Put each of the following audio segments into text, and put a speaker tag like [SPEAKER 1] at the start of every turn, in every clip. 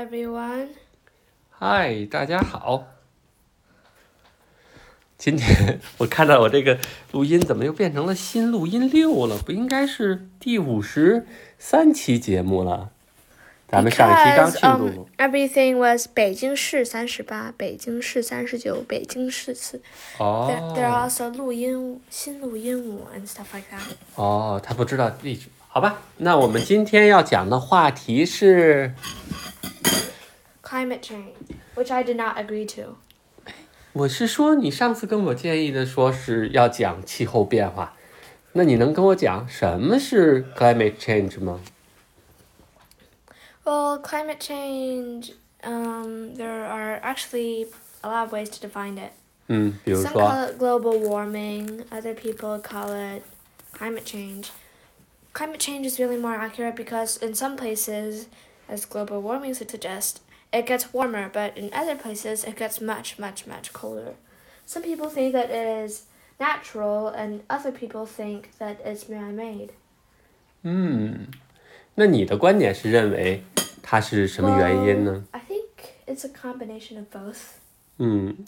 [SPEAKER 1] everyone.
[SPEAKER 2] 嗨，大家好。今天我看到我这个录音怎么又变成了新录音六了？不应该是第五十三期节目了？咱们上一期刚
[SPEAKER 1] Because
[SPEAKER 2] 庆祝
[SPEAKER 1] um, everything was 北京市三十八、北京市三十九、北京市四。There,
[SPEAKER 2] Oh.
[SPEAKER 1] there are
[SPEAKER 2] 哦
[SPEAKER 1] also 录音新录音舞 and stuff like that.
[SPEAKER 2] 哦，他不知道地址，好吧？那我们今天要讲的话题是
[SPEAKER 1] Climate change, which I did not agree to.
[SPEAKER 2] 我是说，你上次跟我建议的说是要讲气候变化，那你能跟我讲什么是 climate change 吗？
[SPEAKER 1] Well, climate change. Um, there are actually a lot of ways to define it.
[SPEAKER 2] 嗯，比如
[SPEAKER 1] Some call
[SPEAKER 2] 说，
[SPEAKER 1] it global warming, other people call it climate change. Climate change is really more accurate because in some places, as global warming would suggest, it gets warmer, but in other places, it gets much, much, much colder. Some people think that it is natural, and other people think that it's man made.
[SPEAKER 2] 嗯，那你的观点是认为它是什么原因呢？
[SPEAKER 1] I think it's a combination of both.
[SPEAKER 2] 嗯，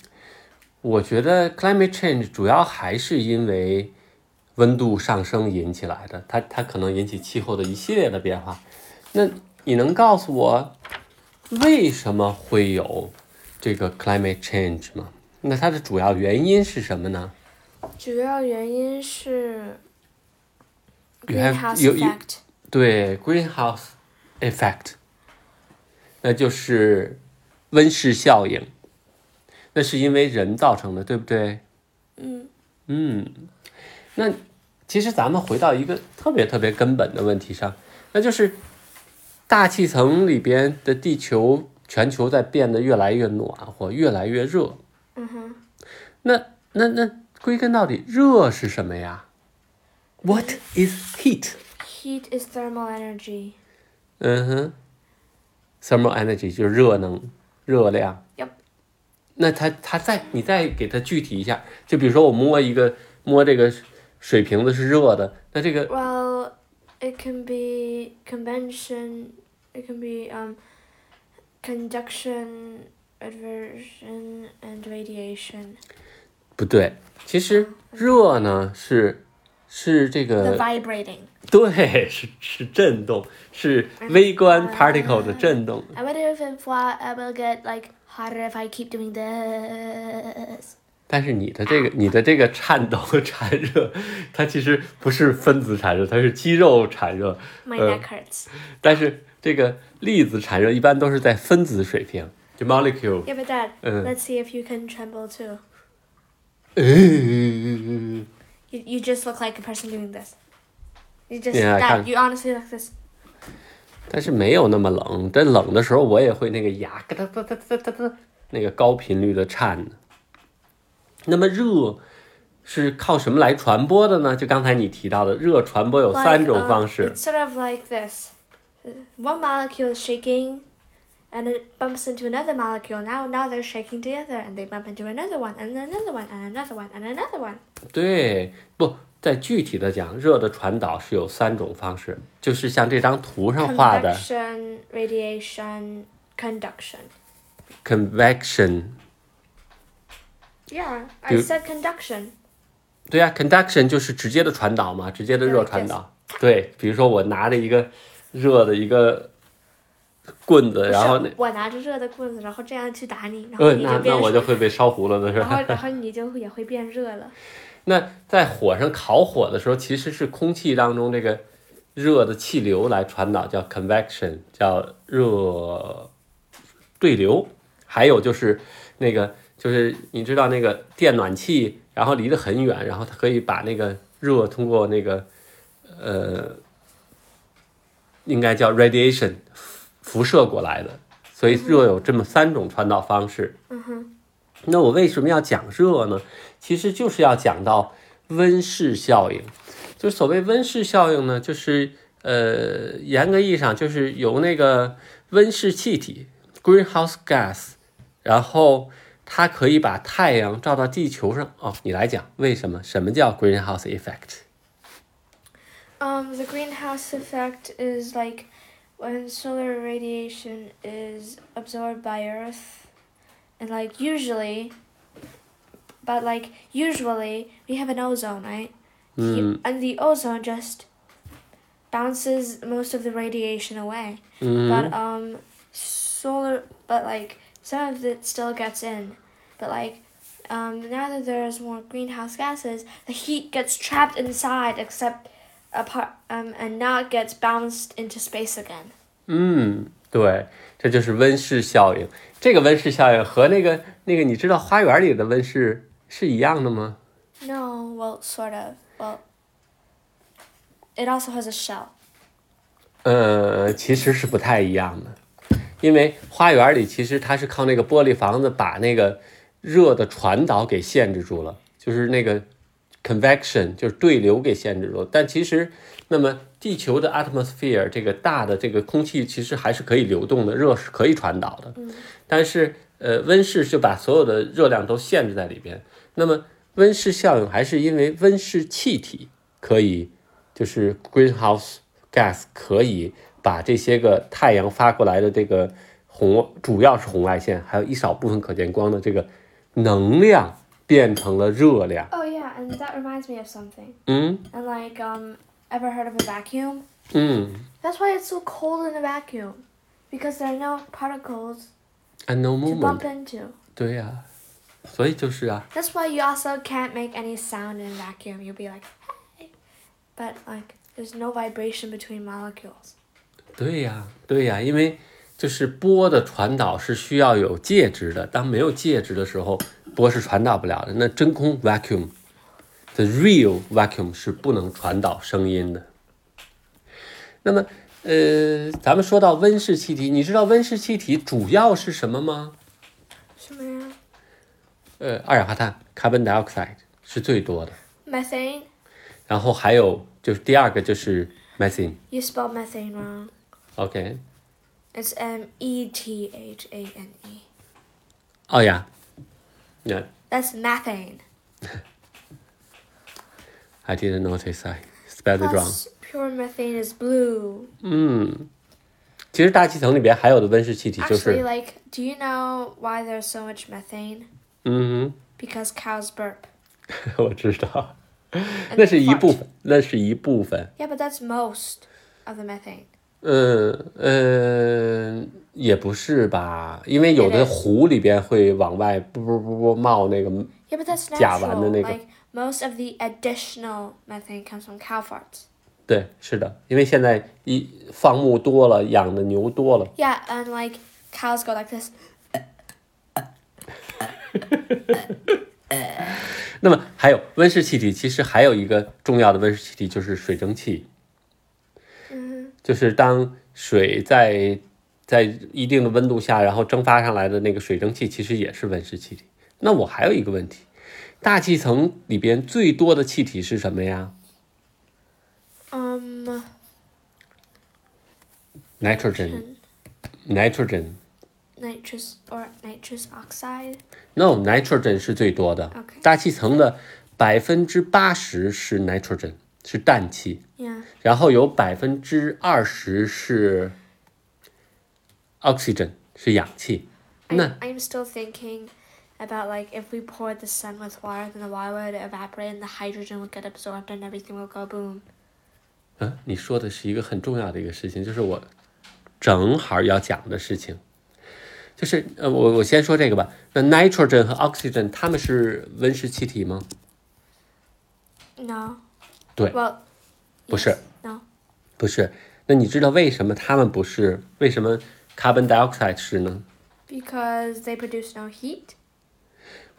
[SPEAKER 2] 我觉得 climate change 主要还是因为温度上升引起来的，它它可能引起气候的一系列的变化。那你能告诉我为什么会有这个 climate change 吗？那它的主要原因是什么呢
[SPEAKER 1] 主要原因是
[SPEAKER 2] ？You have-
[SPEAKER 1] greenhouse
[SPEAKER 2] you- you-
[SPEAKER 1] effect.
[SPEAKER 2] 对 greenhouse effect，那就是温室效应，那是因为人造成的，对不对？
[SPEAKER 1] 嗯
[SPEAKER 2] 嗯，那其实咱们回到一个特别特别根本的问题上，那就是大气层里边的地球全球在变得越来越暖和，越来越热。
[SPEAKER 1] 嗯哼。
[SPEAKER 2] 那那那归根到底，热是什么呀？What is heat？
[SPEAKER 1] Heat is thermal energy.
[SPEAKER 2] 嗯哼，thermal energy 就是热能、热量。
[SPEAKER 1] Yep.
[SPEAKER 2] 那它它再你再给它具体一下，就比如说我摸一个摸这个水瓶子是热的，那这个
[SPEAKER 1] Well, it can be convention. It can be um, conduction, aversion, and radiation.
[SPEAKER 2] 不对。其实热呢是是这
[SPEAKER 1] The
[SPEAKER 2] 个
[SPEAKER 1] vibrating.
[SPEAKER 2] 对 是是震动，是微观 particle 的震动。
[SPEAKER 1] I wonder if it fly, I will get like hotter if I keep doing this.
[SPEAKER 2] 但是你的这个你的这个颤抖 产热，它其实不是分子产热，它是肌肉产热。
[SPEAKER 1] My
[SPEAKER 2] Uh,
[SPEAKER 1] neck hurts.
[SPEAKER 2] 但是这个粒子产热一般都是在分子水平，就 molecule。
[SPEAKER 1] Yeah, but Dad,
[SPEAKER 2] uh.
[SPEAKER 1] let's see if you can tremble too.
[SPEAKER 2] 嗯
[SPEAKER 1] You, you just look like a person doing this. You just
[SPEAKER 2] Yeah, I
[SPEAKER 1] Dad,
[SPEAKER 2] can't-
[SPEAKER 1] you honestly look this.
[SPEAKER 2] 但是没有那么冷，在冷的时候我也会那个牙咯哒哒哒哒哒哒，那个高频率的颤的。那么热是靠什么来传播的呢？就刚才你提到的，热传播有
[SPEAKER 1] Like,
[SPEAKER 2] 三种
[SPEAKER 1] uh,
[SPEAKER 2] 方式。
[SPEAKER 1] It's sort of like this. One molecule is shaking, and it bumps into another molecule. Now, now they're shaking together, and they bump into another one, and another one, and another one, and another one.
[SPEAKER 2] 对，不，再具体的讲，热的传导是有三种方式，就是像这张图上画的
[SPEAKER 1] Convection, radiation, conduction.
[SPEAKER 2] convection。
[SPEAKER 1] Yeah, I
[SPEAKER 2] Do-
[SPEAKER 1] said conduction.
[SPEAKER 2] 对呀、c o n d u c t i o n 就是直接的传导嘛，直接的热传导。对，比如说我拿着一个热的一个棍子，然后那呃，那那我就会被烧糊了呢，
[SPEAKER 1] 我拿
[SPEAKER 2] 是吧？
[SPEAKER 1] 着热的棍子，然后这样去打你，然后你就变热，然后然后你就也会变热了。But
[SPEAKER 2] 那在火上烤火的时候，其实是空气当中这个热的气流来传导，叫 convection，叫热对流。还有就是那个，就是你知道那个电暖气，然后离得很远，然后它可以把那个热通过那个呃，应该叫 radiation 辐射过来的。所以热有这么三种传导方式。那我为什么要讲热呢？其实就是要讲到温室效应。就是所谓温室效应呢，就是呃，严格意义上就是由那个温室气体 （greenhouse gas），然后它可以把太阳照到地球上。哦，你来讲为什么？什么叫 greenhouse effect？
[SPEAKER 1] Um, the greenhouse effect is like when solar radiation is absorbed by Earth, and like usually, but like usually we have an ozone, right? He-
[SPEAKER 2] 嗯
[SPEAKER 1] and the ozone just bounces most of the radiation away.
[SPEAKER 2] 嗯
[SPEAKER 1] But um, solar, but like some of it still gets in. But like, um, now that there's more greenhouse gases, the heat gets trapped inside, except apart, um, and not gets bounced into space again.
[SPEAKER 2] 嗯，对，这就是温室效应。这个温室效应和那个那个，你知道花园里的温室是一样的吗？
[SPEAKER 1] No, well, sort of. Well, it also has a shell.
[SPEAKER 2] 呃，其实是不太一样的，因为花园里其实它是靠那个玻璃房子把那个热的传导给限制住了，就是那个 convection 就是对流给限制住了。但其实，那么地球的 atmosphere 这个大的这个空气其实还是可以流动的，热是可以传导的，但是呃温室就把所有的热量都限制在里边。那么温室效应还是因为温室气体可以就是 greenhouse gas 可以把这些个太阳发过来的这个红，主要是红外线，还有一少部分可见光的这个能量变成了热量。
[SPEAKER 1] Oh yeah, and that reminds me of something.
[SPEAKER 2] 嗯
[SPEAKER 1] And like, um, ever heard of a vacuum?
[SPEAKER 2] 嗯
[SPEAKER 1] That's why it's so cold in a vacuum, because there are no particles
[SPEAKER 2] ，and 啊 no
[SPEAKER 1] to bump
[SPEAKER 2] movement，
[SPEAKER 1] into.
[SPEAKER 2] 对呀、所以就是啊，
[SPEAKER 1] That's why you also can't make any sound in a vacuum. You'll be like, hey. But like, there's no vibration between molecules.
[SPEAKER 2] 对呀、对呀、因为就是波的传导是需要有介质的，当没有介质的时候，波是传导不了的。那真空 vacuum，the real vacuum 是不能传导声音的。那么，呃，咱们说到温室气体，你知道温室气体主要是什么吗？
[SPEAKER 1] 什么呀？
[SPEAKER 2] 呃，二氧化碳 （carbon dioxide） 是最多的，
[SPEAKER 1] Methane.
[SPEAKER 2] 然后还有就是第二个就是 methane。
[SPEAKER 1] You spelled methane wrong.
[SPEAKER 2] OK，
[SPEAKER 1] It's M E T H A N E.
[SPEAKER 2] 哦呀，那、
[SPEAKER 1] That's methane.
[SPEAKER 2] I didn't notice I spelled it wrong.
[SPEAKER 1] Plus, pure methane is blue.
[SPEAKER 2] 嗯，其实大气层里边还有的温室气体就
[SPEAKER 1] Actually,
[SPEAKER 2] 是，
[SPEAKER 1] like, do you know why there's so much methane?
[SPEAKER 2] 嗯
[SPEAKER 1] Because cows burp.
[SPEAKER 2] 哼， 我知道，
[SPEAKER 1] And
[SPEAKER 2] 那
[SPEAKER 1] they
[SPEAKER 2] 是一
[SPEAKER 1] fart.
[SPEAKER 2] 部分，那是一部分。
[SPEAKER 1] Yeah, but that's most of the methane.
[SPEAKER 2] 嗯嗯，也不是吧，因为有的湖里边会往外啵啵啵啵冒那个，
[SPEAKER 1] Yeah, but that's
[SPEAKER 2] 甲烷的那个。
[SPEAKER 1] natural. Like most of the additional methane comes from cow farts.
[SPEAKER 2] 对，是的，因为现在一放牧多了，养的牛多了，
[SPEAKER 1] Yeah, and like cows go like this.
[SPEAKER 2] 那么还有温室气体，其实还有一个重要的温室气体就是水蒸气，就是当水在在一定的温度下，然后蒸发上来的那个水蒸气，其实也是温室气体。那我还有一个问题，大气层里边最多的气体是什么呀
[SPEAKER 1] Um,
[SPEAKER 2] ？Nitrogen。Nitrogen。
[SPEAKER 1] nitrous or nitrous oxide.
[SPEAKER 2] No, nitrogen 是最多的。
[SPEAKER 1] Okay
[SPEAKER 2] 大气层的百分之八十是 nitrogen，是氮气。
[SPEAKER 1] Yeah.
[SPEAKER 2] 然后有百分之二十是 oxygen 是氧气。那
[SPEAKER 1] I, I'm still thinking about like if we poured the sun with water, then the water would evaporate and the hydrogen would get absorbed and everything would go boom.
[SPEAKER 2] 嗯，你说的是一个很重要的一个事情，就是我正好要讲的事情，就是呃，我我先说这个吧。那 nitrogen 和 oxygen 它们是温室气体吗？
[SPEAKER 1] No.
[SPEAKER 2] 对。
[SPEAKER 1] Well.
[SPEAKER 2] 不是
[SPEAKER 1] yes. No.
[SPEAKER 2] 不是。那你知道为什么它们不是？为什么 carbon dioxide 是呢？
[SPEAKER 1] Because they produce no heat.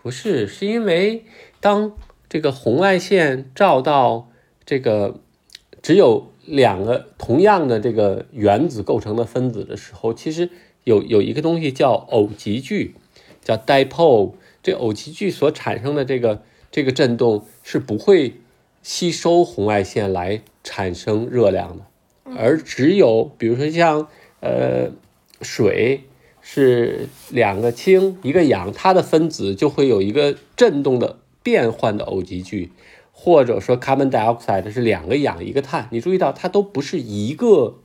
[SPEAKER 2] 不是，是因为当这个红外线照到这个只有两个同样的这个原子构成的分子的时候，其实有有一个东西叫偶极矩，叫 dipole。这偶极矩所产生的这个这个振动是不会吸收红外线来产生热量的，而只有比如说像呃水是两个氢一个氧，它的分子就会有一个振动的变换的偶极矩，或者说 carbon dioxide 是两个氧一个碳。你注意到它都不是一个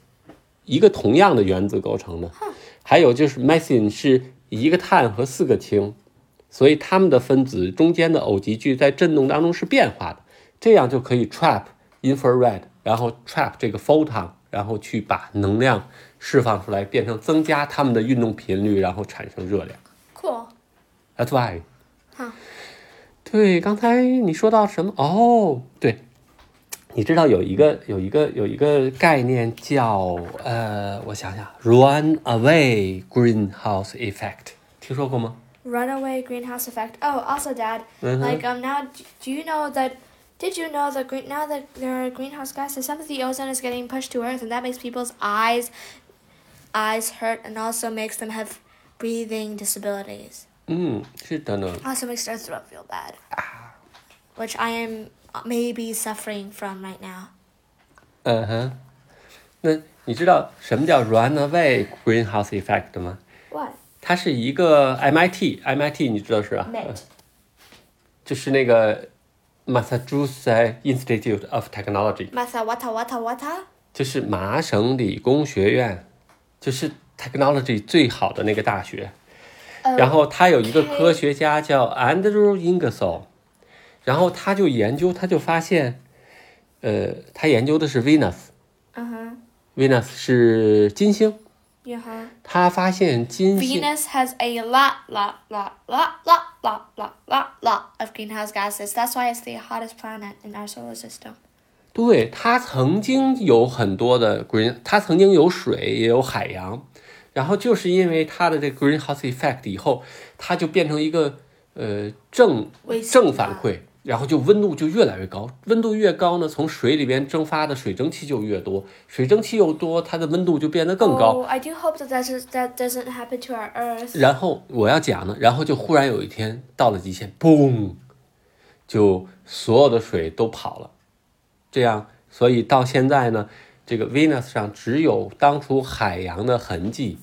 [SPEAKER 2] 一个同样的原子构成的。还有就是 methane 是一个碳和四个氢，所以它们的分子中间的偶极矩在振动当中是变化的，这样就可以 trap infrared，然后 trap 这个 photon，然后去把能量释放出来，变成增加它们的运动频率，然后产生热量。
[SPEAKER 1] Cool.
[SPEAKER 2] That's why。
[SPEAKER 1] 好。
[SPEAKER 2] 对，刚才你说到什么？哦，对，你知道有一个有一个有一个概念叫呃，我想想，runaway greenhouse effect，听说过吗？
[SPEAKER 1] Runaway greenhouse effect. Oh, also, Dad,
[SPEAKER 2] Mhm.
[SPEAKER 1] like um, now, d- do you know that? Did you know that green now that there are greenhouse gases, some of the ozone is getting pushed to Earth, and that makes people's eyes, eyes hurt, and also makes them have breathing disabilities.
[SPEAKER 2] 嗯，是的呢。
[SPEAKER 1] Also makes their throat feel bad, which I am uh, maybe suffering from right now.
[SPEAKER 2] 嗯哼，那你知道什么叫 runaway greenhouse effect 吗？
[SPEAKER 1] What?
[SPEAKER 2] 它是一个 MIT MIT，你知道是吧？就是那个 Massachusetts Institute of Technology。
[SPEAKER 1] Matha wata wata wata.
[SPEAKER 2] 就是麻省理工学院，就是 technology 最好的那个大学。然后他有一个
[SPEAKER 1] OK
[SPEAKER 2] 科学家叫 Andrew Ingersoll，然后他就研究，他就发现，呃，他研究的是 Venus，Venus
[SPEAKER 1] Uh huh.
[SPEAKER 2] 是金星，
[SPEAKER 1] Yeah. huh.
[SPEAKER 2] 他发现金星
[SPEAKER 1] Venus has a lot, lot, lot, lot, lot, lot, lot, lot, lot of greenhouse gases. That's why it's the hottest planet in our solar system.
[SPEAKER 2] 对，它曾经有很多的 green，它曾经有水也有海洋，然后就是因为它的这个 greenhouse effect 以后，它就变成一个呃正
[SPEAKER 1] 微型
[SPEAKER 2] 正
[SPEAKER 1] 化
[SPEAKER 2] 反馈，然后就温度就越来越高，温度越高呢，从水里边蒸发的水蒸气就越多，水蒸气又多，它的温度就变得更高。
[SPEAKER 1] Oh, I do hope that that, is, that doesn't happen to our Earth.
[SPEAKER 2] 然后我要讲呢，然后就忽然有一天到了极限，嘣，就所有的水都跑了。这样，所以到现在呢，这个 Venus 上只有当初海洋的痕迹，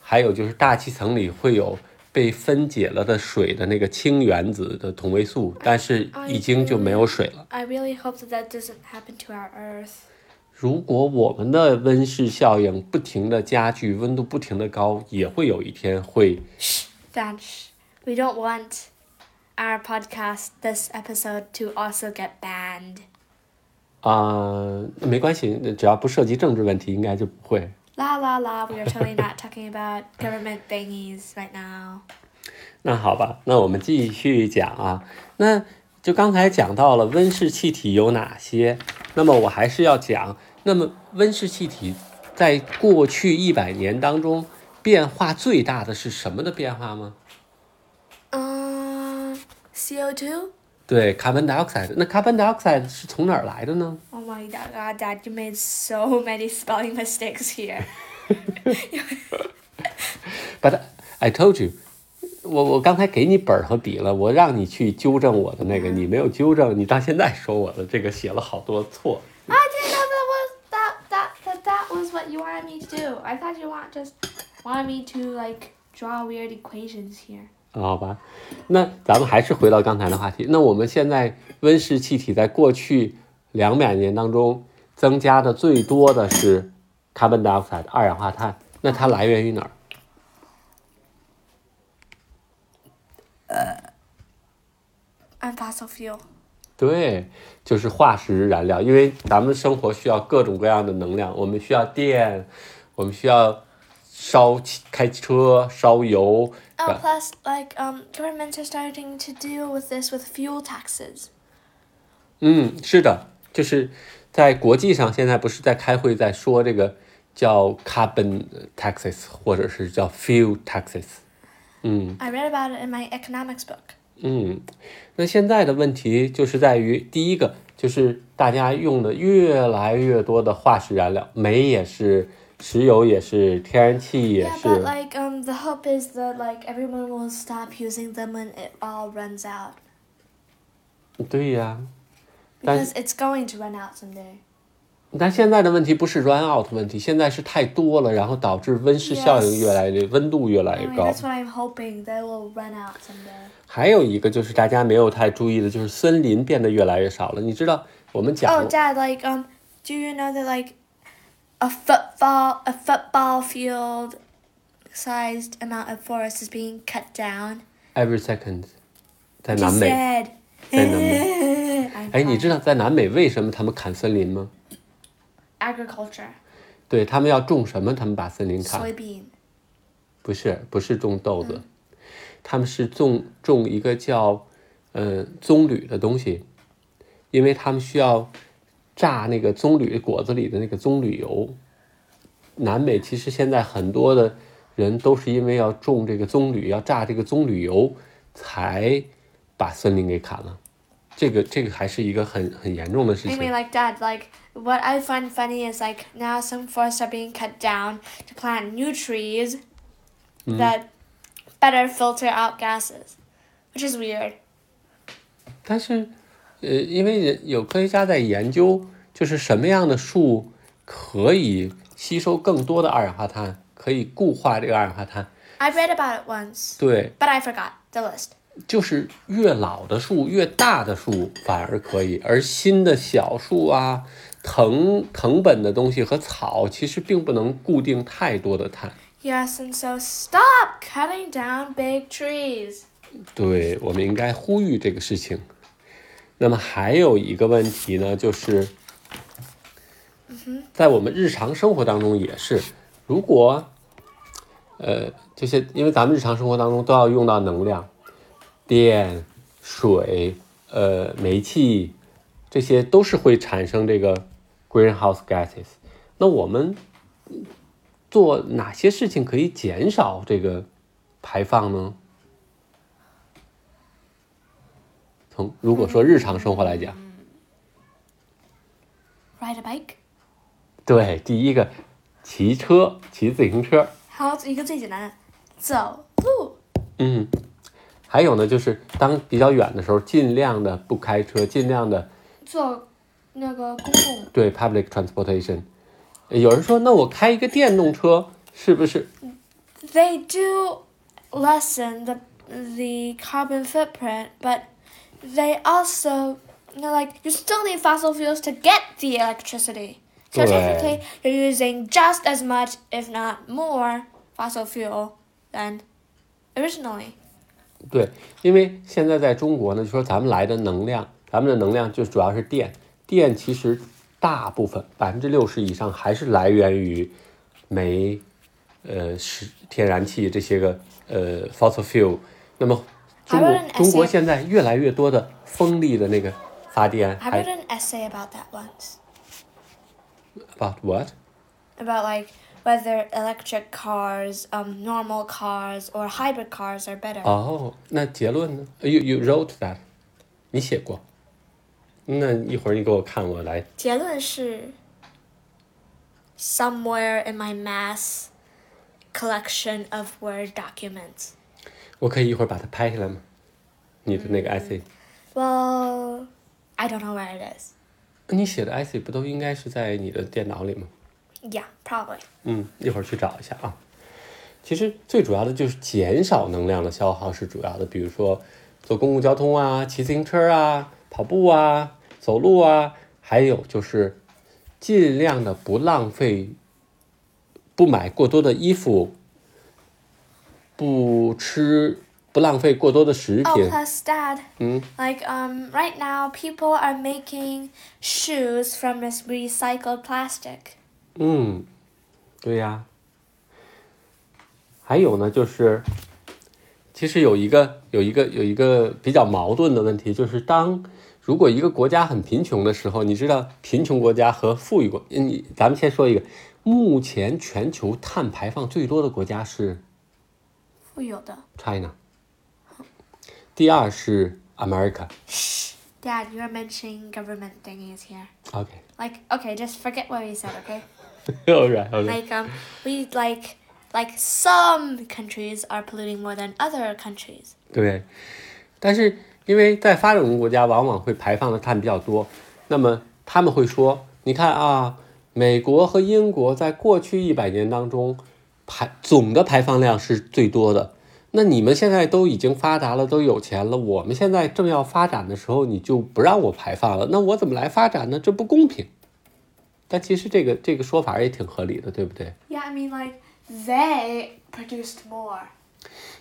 [SPEAKER 2] 还有就是大气层里会有被分解了的水的那个氢原子的同位素，但是已经就没有水了。
[SPEAKER 1] I really hope that that doesn't happen to our Earth.
[SPEAKER 2] 如果我们的温室效应不停的加剧，温度不停的高，也会有一天会
[SPEAKER 1] That sh- we don't want our podcast, this episode, to also get banned.
[SPEAKER 2] 啊、没关系，只要不涉及政治问题，应该就不会。
[SPEAKER 1] La la la, we are totally not talking about government thingies right now.
[SPEAKER 2] 那好吧，那我们继续讲啊。那就刚才讲到了温室气体有哪些，那么我还是要讲。那么温室气体在过去一百年当中变化最大的是什么的变化吗？
[SPEAKER 1] Uh, CO2?
[SPEAKER 2] 对，carbon dioxide。那 carbon dioxide 是从哪儿来的呢？
[SPEAKER 1] Oh my da- god, Dad, you made so many spelling mistakes here.
[SPEAKER 2] But I told you，我我刚才给你本儿和笔了，我让你去纠正我的那个，你没有纠正，你到现在说我的这个写了好多错。
[SPEAKER 1] I didn't know that was that that that that was what you wanted me to do. I thought you want just wanted me to like draw weird equations here.
[SPEAKER 2] 啊好吧，那咱们还是回到刚才的话题。那我们现在温室气体在过去两百年当中增加的最多的是 carbon dioxide 二氧化碳，那它来源于哪儿？
[SPEAKER 1] And fossil fuel.
[SPEAKER 2] 对，就是化石燃料，因为咱们生活需要各种各样的能量，我们需要电，我们需要烧汽开车、烧油，
[SPEAKER 1] Oh,
[SPEAKER 2] Right.
[SPEAKER 1] plus like um governments are starting to deal with this with fuel taxes.
[SPEAKER 2] 嗯，是的，就是在国际上，现在不是在开会，在说这个叫 carbon taxes，或者是叫 fuel taxes。
[SPEAKER 1] I read about it in my economics book.
[SPEAKER 2] 嗯，那现在的问题就是在于，第一个就是大家用的越来越多的化石燃料，煤也是，石油也是，天然气也
[SPEAKER 1] Yeah,
[SPEAKER 2] 是。
[SPEAKER 1] but like um the hope is that like everyone will stop using them when it all runs out
[SPEAKER 2] 对呀、但
[SPEAKER 1] because it's going to run out someday.
[SPEAKER 2] 但现在的问题不是 run out 问题，现在是太多了，然后导致温室效应越来越温度越来
[SPEAKER 1] I
[SPEAKER 2] 越
[SPEAKER 1] mean,
[SPEAKER 2] 高。
[SPEAKER 1] that's what I'm hoping. They will run out someday.
[SPEAKER 2] 还有一个就是大家没有太注意的，就是森林变得越来越少了。你知道，我们讲
[SPEAKER 1] 哦 Oh, Dad, like, um, do you know that, like, a football a football field sized amount of forest is being cut down.
[SPEAKER 2] Every second，在
[SPEAKER 1] She
[SPEAKER 2] 南美。
[SPEAKER 1] said.
[SPEAKER 2] 哎，
[SPEAKER 1] I'm
[SPEAKER 2] 你
[SPEAKER 1] fine.
[SPEAKER 2] 知道在南美为什么他们砍森林吗？
[SPEAKER 1] agriculture
[SPEAKER 2] 对他们要种什么？他们把森林砍？
[SPEAKER 1] soybean
[SPEAKER 2] 不是，不是种豆子，他们是种种一个叫呃棕榈的东西，因为他们需要榨那个棕榈果子里的那个棕榈油。南美其实现在很多的人都是因为要种这个棕榈，要榨这个棕榈油，才把森林给砍了。这个这个还是一个很很严重的事
[SPEAKER 1] I
[SPEAKER 2] 情。
[SPEAKER 1] mean, like that. Like what I find funny is like now some forests are being cut down to plant new trees that better filter out gases, which is weird.
[SPEAKER 2] 但是，呃，因为人有科学家在研究，就是什么样的树可以吸收更多的二氧化碳，可以固化这个二氧化碳。
[SPEAKER 1] I read about it once,
[SPEAKER 2] 对，
[SPEAKER 1] but I forgot the list.
[SPEAKER 2] 就是越老的树、越大的树反而可以，而新的小树啊、藤藤本的东西和草，其实并不能固定太多的碳。
[SPEAKER 1] Yes, and so stop cutting down big trees.
[SPEAKER 2] 对，我们应该呼吁这个事情。那么还有一个问题呢，就是在我们日常生活当中也是，如果呃这些，因为咱们日常生活当中都要用到能量，电、水、呃煤气，这些都是会产生这个 greenhouse gases。那我们嗯做哪些事情可以减少这个排放呢？从如果说日常生活来讲，
[SPEAKER 1] Ride a bike.
[SPEAKER 2] 对，第一个骑车，骑自行车，
[SPEAKER 1] 还有一个最简单的，走路。
[SPEAKER 2] 嗯，还有呢，就是当比较远的时候，尽量的不开车，尽量的
[SPEAKER 1] 坐那个公共
[SPEAKER 2] 对 public transportation。有人说，那我开一个电动车是不是？
[SPEAKER 1] they do lessen the the carbon footprint, but they also you know like you still need fossil fuels to get the electricity. So
[SPEAKER 2] Right.
[SPEAKER 1] technically, you're using just as much, if not more, fossil fuel than originally.
[SPEAKER 2] 对，因为现在在中国呢，就说咱们来的能量，咱们的能量就主要是电，电其实大部分百分之六十以上还是来源于煤、呃石、天然气这些个呃 fossil fuel。那么中
[SPEAKER 1] I
[SPEAKER 2] 国
[SPEAKER 1] wrote an essay-
[SPEAKER 2] 中国现在越来越多的风力的那个发电，
[SPEAKER 1] I
[SPEAKER 2] 还
[SPEAKER 1] wrote an essay about that once
[SPEAKER 2] about what？
[SPEAKER 1] about like whether electric cars, um, normal cars, or hybrid cars are better.
[SPEAKER 2] 哦，那结论呢？You you wrote that？你写过？那一会儿你给我看，我来
[SPEAKER 1] 结论是 somewhere in my mass collection of Word documents.
[SPEAKER 2] 我可以一会儿把它拍下来吗？你的那个 essay，、
[SPEAKER 1] Well, I don't know where it is.
[SPEAKER 2] 你写的 essay 不都应该是在你的电脑里吗？
[SPEAKER 1] Yeah, probably.
[SPEAKER 2] 嗯，一会儿去找一下啊。其实最主要的就是减少能量的消耗是主要的，比如说坐公共交通啊、骑自行车啊、跑步啊、走路啊，还有就是尽量的不浪费，不买过多的衣服，不吃不浪费过多的食
[SPEAKER 1] Oh,
[SPEAKER 2] 品。
[SPEAKER 1] plus dad.
[SPEAKER 2] 嗯
[SPEAKER 1] Like um, right now people are making shoes from this recycled plastic.
[SPEAKER 2] 嗯，对呀、还有呢，就是其实有一个有一个有一个比较矛盾的问题，就是当如果一个国家很贫穷的时候，你知道贫穷国家和富裕国，你咱们先说一个，目前全球碳排放最多的国家是 China，第二是 America。
[SPEAKER 1] Dad, you're mentioning government thingies here.
[SPEAKER 2] OK，all
[SPEAKER 1] Like, okay, just forget what we said, okay?
[SPEAKER 2] right，all right，
[SPEAKER 1] like um we like like some countries are polluting more than other countries
[SPEAKER 2] 对，但是因为在发展中国家往往会排放的碳比较多，那么他们会说，你看啊，美国和英国在过去一百年当中排总的排放量是最多的。那你们现在都已经发达了，都有钱了，我们现在正要发展的时候，你就不让我排放了，那我怎么来发展呢？这不公平。但其实这个这个说法也挺合理的，对不对？
[SPEAKER 3] Yeah, I mean, like, they produced more.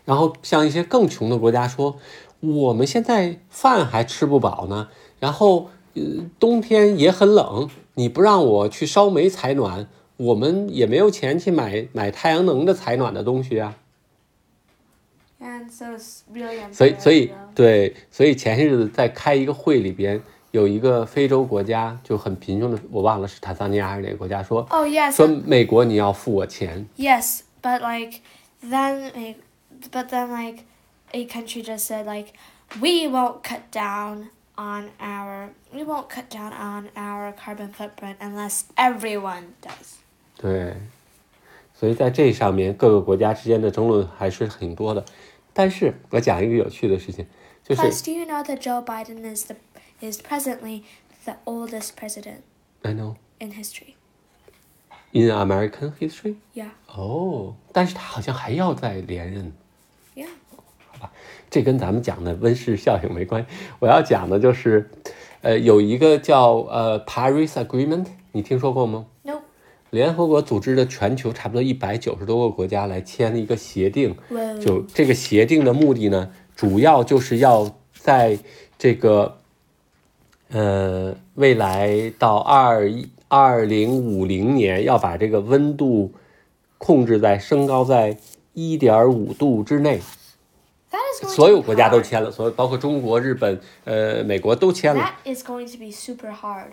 [SPEAKER 2] 然后像一些更穷的国家说，我们现在饭还吃不饱呢，然后呃冬天也很冷，你不让我去烧煤采暖，我们也没有钱去买买太阳能的采暖的东西啊。
[SPEAKER 3] And so it's really unfair.
[SPEAKER 1] 啊
[SPEAKER 2] 所以，所以
[SPEAKER 3] you know?
[SPEAKER 2] 对，所以前些日子在开一个会里边，有一个非洲国家就很贫穷的，我忘了是坦桑尼亚还是哪个国家说
[SPEAKER 1] Oh yes,
[SPEAKER 2] 说美国你要付我钱，
[SPEAKER 1] yes, but like then, like, but then like a country just said like we won't cut down on our we won't cut down on our carbon footprint unless everyone does.
[SPEAKER 2] 对，所以在这上面各个国家之间的争论还是很多的。但是我讲一个有趣的事情，就是
[SPEAKER 1] Plus, do you know that Joe Biden is the is presently the oldest president
[SPEAKER 2] I know
[SPEAKER 1] in history?
[SPEAKER 2] in American history，
[SPEAKER 1] Yeah,
[SPEAKER 2] 哦，但是他好像还要再连任。
[SPEAKER 1] yeah.
[SPEAKER 2] 这跟咱们讲的温室效应没关系。我要讲的就是，呃，有一个叫呃 Paris Agreement，你听说过吗？
[SPEAKER 1] Nope.
[SPEAKER 2] 联合国组织的全球差不多一百九十多个国家来签了一个协定，
[SPEAKER 1] Whoa.
[SPEAKER 2] 就这个协定的目的呢，主要就是要在这个呃未来到二一二零五零年要把这个温度控制在升高在一点五度之内。
[SPEAKER 1] That is going
[SPEAKER 2] 所
[SPEAKER 1] to
[SPEAKER 2] 有
[SPEAKER 1] be
[SPEAKER 2] 国家都
[SPEAKER 1] hard.
[SPEAKER 2] 签了，所有包括中国、日本、呃美国都签了。
[SPEAKER 1] That is going to be super hard.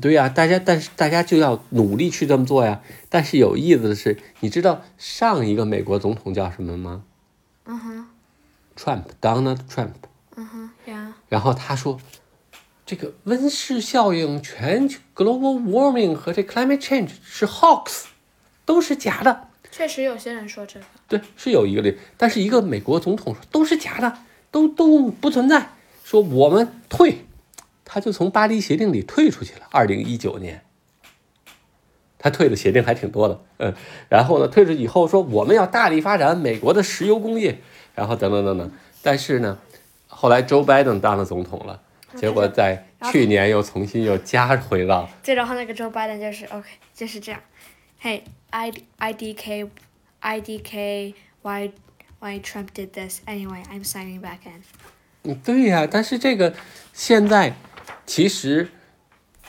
[SPEAKER 2] 对呀、大家但是大家就要努力去这么做呀。但是有意思的是，你知道上一个美国总统叫什么吗
[SPEAKER 1] 嗯哼，
[SPEAKER 2] ？Trump，Donald Trump。
[SPEAKER 1] 嗯哼，Yeah. Uh-huh.
[SPEAKER 2] 然后他说，这个温室效应、全球 global warming 和这 climate change 是 hoax，都是假的。
[SPEAKER 1] 确实有些人说这个。
[SPEAKER 2] 对，是有一个例，但是一个美国总统说都是假的，都都不存在，说我们退，他就从巴黎协定里退出去了。二零一九年，他退的协定还挺多的，嗯，然后呢，退出以后说我们要大力发展美国的石油工业，然后等等等等，但是呢，后来 Joe Biden 当了总统了，结果在去年又重新又加回到
[SPEAKER 1] 这然后那个 Joe Biden 就是 OK，就是这样。Hey, I I D K I D K why why Trump did this? Anyway, I'm signing back in.
[SPEAKER 2] 嗯，对呀、但是这个现在其实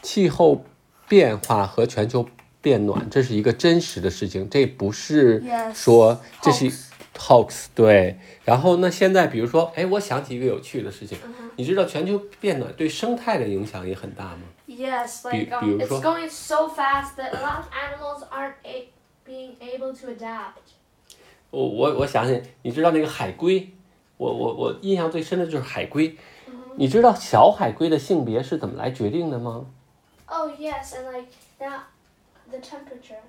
[SPEAKER 2] 气候变化和全球变暖，这是一个真实的事情，这不是
[SPEAKER 3] Yes，
[SPEAKER 2] 说这是 hoax 对。然后呢，现在比如说，哎，我想起一个有趣的事情，你知道全球变暖对生态的影响也很大吗？
[SPEAKER 3] Yes,
[SPEAKER 2] 比
[SPEAKER 3] like,
[SPEAKER 2] 比
[SPEAKER 3] um,
[SPEAKER 2] 如
[SPEAKER 1] It's
[SPEAKER 2] 说，
[SPEAKER 1] going so fast that a lot of animals aren't a being able to adapt.
[SPEAKER 2] 我我我想起，你知道那个海龟，我我我印象最深的就是海龟。
[SPEAKER 1] 嗯
[SPEAKER 2] 你知道小海龟的性别是怎么来决定的吗？
[SPEAKER 1] Oh yes, and like now the temperature.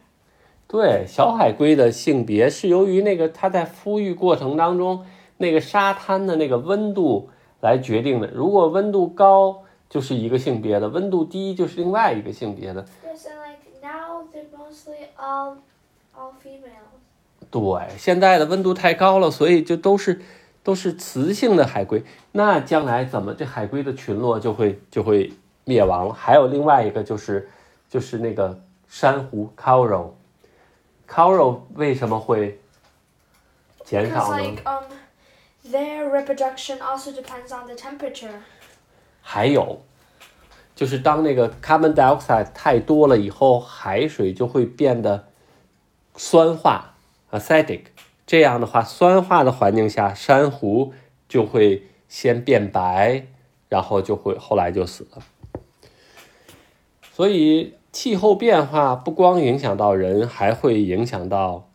[SPEAKER 2] 对，小海龟的性别是由于那个它在孵育过程当中那个沙滩的那个温度来决定的。如果温度高，就是一个性别的；温度低，就是另外一个性别的。
[SPEAKER 1] Yes, and like now they're mostly all all females.
[SPEAKER 2] 对，现在的温度太高了，所以就都是都是雌性的海龟。那将来怎么这海龟的群落就会就会灭亡了？还有另外一个就是就是那个珊瑚 coral，coral 为什么会减
[SPEAKER 1] Because
[SPEAKER 2] 少呢？
[SPEAKER 1] like um, their reproduction also depends on the temperature.
[SPEAKER 2] 还有，就是当那个 carbon dioxide 太多了以后，海水就会变得酸化 （acidic）。这样的话，酸化的环境下，珊瑚就会先变白，然后就会后来就死了。所以，气候变化不光影响到人，还会影响到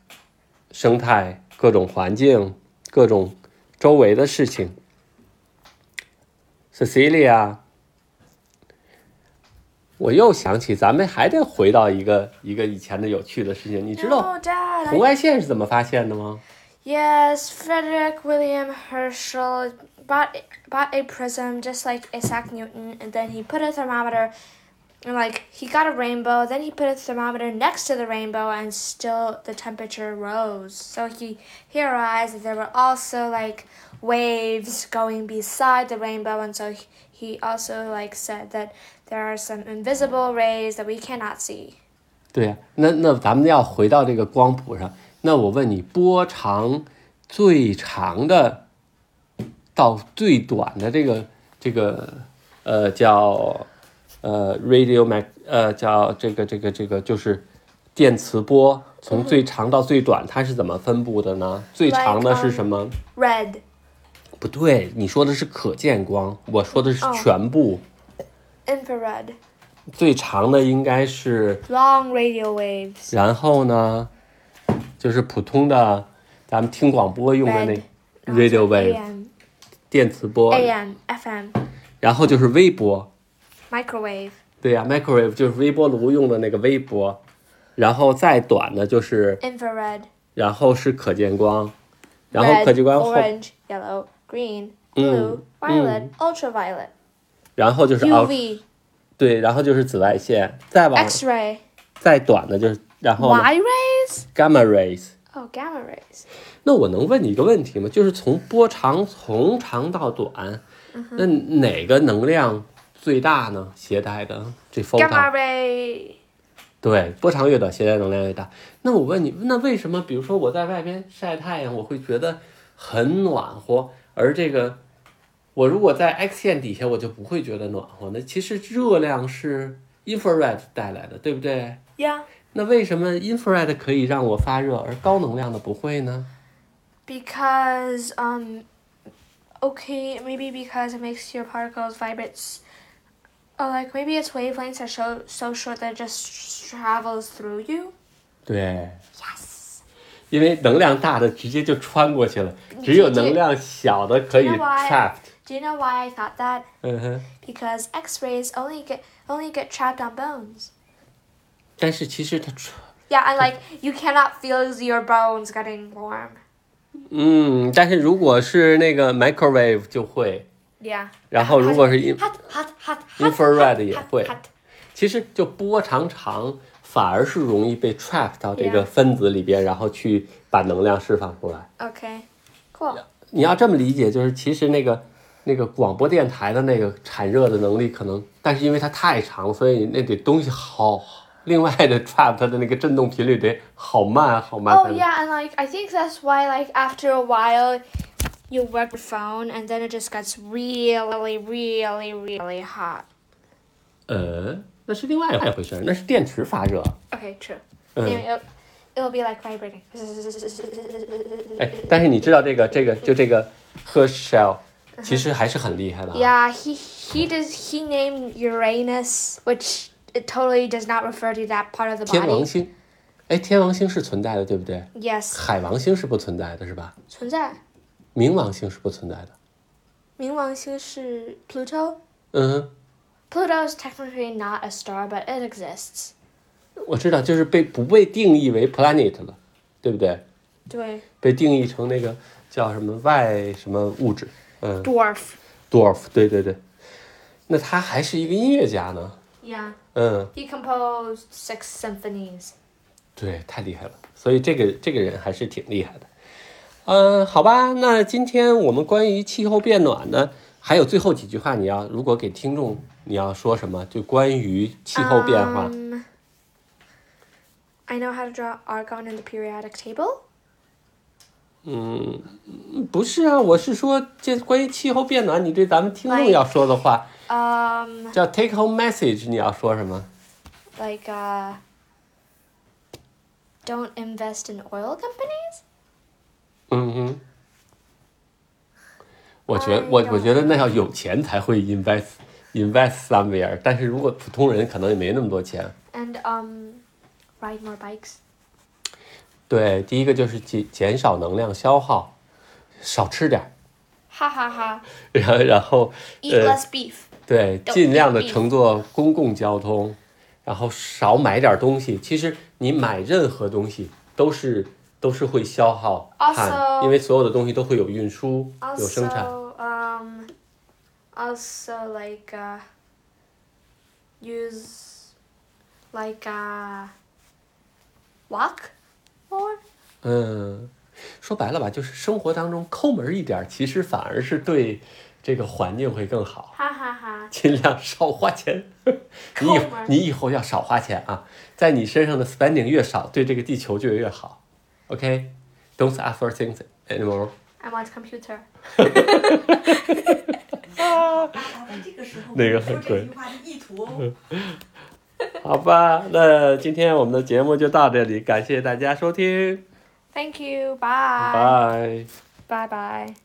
[SPEAKER 2] 生态、各种环境、各种周围的事情。Cecilia，我又想起咱们还得回到一个一个以前的有趣的事情，你知道
[SPEAKER 1] No, Dad.
[SPEAKER 2] 红
[SPEAKER 1] I,
[SPEAKER 2] 外线是怎么发现的吗？
[SPEAKER 1] yes, Frederick William Herschel bought bought a prism just like Isaac Newton, and then he put a thermometer And like he got a rainbow, then he put a thermometer next to the rainbow, and still the temperature rose. So he he realized that there were also like waves going beside the rainbow, and so he, he also like said that there are some invisible rays that we cannot see.
[SPEAKER 2] 对呀、那那咱们要回到这个光谱上，那我问你，波长最长的到最短的这个这个呃叫呃 radio mag 呃叫这个这个这个就是电磁波从最长到最短，它是怎么分布的呢？最长的是什么？
[SPEAKER 1] Red.
[SPEAKER 2] 不对，你说的是可见光，我说的是
[SPEAKER 1] 哦
[SPEAKER 2] 全部。
[SPEAKER 1] infrared,
[SPEAKER 2] 最长的应该是
[SPEAKER 1] long radio waves,
[SPEAKER 2] 然后呢，就是普通的咱们听广播用的那
[SPEAKER 1] Red
[SPEAKER 2] radio wave
[SPEAKER 1] AM,
[SPEAKER 2] 电磁波，
[SPEAKER 1] AM, FM,
[SPEAKER 2] 然后就是微波，
[SPEAKER 1] microwave,
[SPEAKER 2] 对呀、m i c r o w a v e 就是微波炉用的那个微波，然后再短的就是，
[SPEAKER 1] infrared,
[SPEAKER 2] 然后是可见光，然后可
[SPEAKER 1] red,
[SPEAKER 2] 见光后，
[SPEAKER 1] orange, yellow, green, blue, violet, ultraviolet,
[SPEAKER 2] 然后就是奥
[SPEAKER 1] UV,
[SPEAKER 2] 对，然后就是紫外线，再往
[SPEAKER 1] X-ray,
[SPEAKER 2] 再短的就是，然后呢
[SPEAKER 1] Y rays.
[SPEAKER 2] gamma rays。
[SPEAKER 1] Oh, gamma rays.
[SPEAKER 2] 那我能问你一个问题吗？就是从波长从长到短，那哪个能量最大呢？携带的这
[SPEAKER 1] Gamma
[SPEAKER 2] photon
[SPEAKER 1] ray.
[SPEAKER 2] 对波长越短，携带能量越大。那我问你，那为什么比如说我在外边晒太阳，我会觉得很暖和，而这个我如果在 X 线底下，我就不会觉得暖和呢？其实热量是 infrared 带来的，对不对？
[SPEAKER 1] Yeah.
[SPEAKER 2] 那为什么 infrared 可以让我发热，而高能量的不会呢？
[SPEAKER 1] Because um, okay, maybe because it makes your particles vibrate. s- Oh, like maybe its wavelengths are so so short that it just travels through you.
[SPEAKER 2] 对因为能量大的直接就穿过去了，只有能量小的可以
[SPEAKER 1] 你直接
[SPEAKER 2] trapped。
[SPEAKER 1] Do you know why I thought that?
[SPEAKER 2] 嗯哼，
[SPEAKER 1] Because X-rays only get only get trapped on bones.
[SPEAKER 2] 但是其实它穿，
[SPEAKER 1] Yeah, and like you cannot feel your bones getting warm.
[SPEAKER 2] 嗯，但是如果是那个 microwave 就会，
[SPEAKER 1] Yeah.
[SPEAKER 2] 然后如果是 in
[SPEAKER 1] Hot, hot, hot, hot.
[SPEAKER 2] infrared
[SPEAKER 1] hot,
[SPEAKER 2] 也
[SPEAKER 1] hot,
[SPEAKER 2] 会，
[SPEAKER 1] hot.
[SPEAKER 2] 其实就波长长反而是容易被 trap 到这个
[SPEAKER 1] Yeah
[SPEAKER 2] 分子里边，然后去把能量释放出来。
[SPEAKER 1] Okay. Cool.
[SPEAKER 2] 你要这么理解，就是其实那个那个广播电台的那个产热的能力，可能，但是因为它太长了，所以那得东西好，另外的 trap 它的那个振动频率得好慢好慢
[SPEAKER 1] Oh
[SPEAKER 2] 才能。
[SPEAKER 1] yeah, and like I think that's why like after a while you work with phone and then it just gets really, really, really hot.
[SPEAKER 2] 呃，那是另外一回事儿，那是电池发热。
[SPEAKER 1] Okay, true.
[SPEAKER 2] 嗯。
[SPEAKER 1] Anyway, it'll, it'll be like vibrating.
[SPEAKER 2] 哎，但是你知道这个这个就这个 Herschel，其实还是很厉害的啊。
[SPEAKER 1] Yeah, he he does he named Uranus, which it totally does not refer to that part of the
[SPEAKER 2] 天王
[SPEAKER 1] body.
[SPEAKER 2] 星，哎，天王星是存在的，对不对？
[SPEAKER 1] Yes.
[SPEAKER 2] 海王星是不存在的，是吧？冥王星是不存在的。
[SPEAKER 1] 存在。冥王星是 Pluto.
[SPEAKER 2] 嗯。
[SPEAKER 1] Pluto is technically not a star, but it exists.
[SPEAKER 2] 我知道，就是被不被定义为 planet 了，对不对？
[SPEAKER 1] 对。
[SPEAKER 2] 被定义成那个叫什么外什么物质，嗯
[SPEAKER 1] Dwarf.
[SPEAKER 2] ，dwarf，对对对。那他还是一个音乐家呢，
[SPEAKER 1] Yeah.
[SPEAKER 2] 嗯，
[SPEAKER 1] He composed six symphonies.
[SPEAKER 2] 对，太厉害了。所以这个这个人还是挺厉害的。嗯，好吧，那今天我们关于气候变暖呢，还有最后几句话，你要如果给听众你要说什么，就关于气候变化，
[SPEAKER 1] Um, I know how to draw argon in the periodic table.
[SPEAKER 2] 不是啊，我是说这关于气候变暖，你对咱们听众
[SPEAKER 1] Like-
[SPEAKER 2] 要说的话。
[SPEAKER 1] Um,
[SPEAKER 2] 叫 take home message，你要说什么？
[SPEAKER 1] like uh, don't invest in oil companies.
[SPEAKER 2] 嗯哼，我觉得
[SPEAKER 1] 哎
[SPEAKER 2] 我
[SPEAKER 1] 呀
[SPEAKER 2] 我觉得那要有钱才会 invest invest somewhere，但是如果普通人可能也没那么多钱。
[SPEAKER 1] And um, ride more bikes.
[SPEAKER 2] 对，第一个就是减减少能量消耗，少吃点儿，
[SPEAKER 1] Ha ha ha.
[SPEAKER 2] 然后然后
[SPEAKER 1] Eat
[SPEAKER 2] 呃
[SPEAKER 1] less beef.
[SPEAKER 2] 对，
[SPEAKER 1] don't
[SPEAKER 2] 尽量的
[SPEAKER 1] eat beef
[SPEAKER 2] 乘坐公共交通，然后少买点儿东西。其实你买任何东西都是都是会消耗碳，
[SPEAKER 1] Also-
[SPEAKER 2] 因为所有的东西都会有运输，有生产。
[SPEAKER 1] Also, um, also like uh, use like a walk more?
[SPEAKER 2] 嗯，说白了吧，就是生活当中抠门儿一点儿，其实反而是对这个环境会更好。
[SPEAKER 1] Ha ha ha.
[SPEAKER 2] 尽量少花钱，你
[SPEAKER 1] 抠
[SPEAKER 2] 以
[SPEAKER 1] 门儿
[SPEAKER 2] 你以后要少花钱啊，在你身上的 spending 越少，对这个地球就越好。OK，don't、ask for things anymore。
[SPEAKER 1] I want computer.
[SPEAKER 4] 爸爸这个时候
[SPEAKER 2] 那个
[SPEAKER 4] 说
[SPEAKER 2] 很
[SPEAKER 4] 这
[SPEAKER 2] 贵
[SPEAKER 4] 句话的意图哦，
[SPEAKER 2] 好吧，那今天我们的节目就到这里，感谢大家收听，
[SPEAKER 1] Thank you.
[SPEAKER 2] 拜
[SPEAKER 1] Bye.
[SPEAKER 2] 拜。
[SPEAKER 1] Bye bye.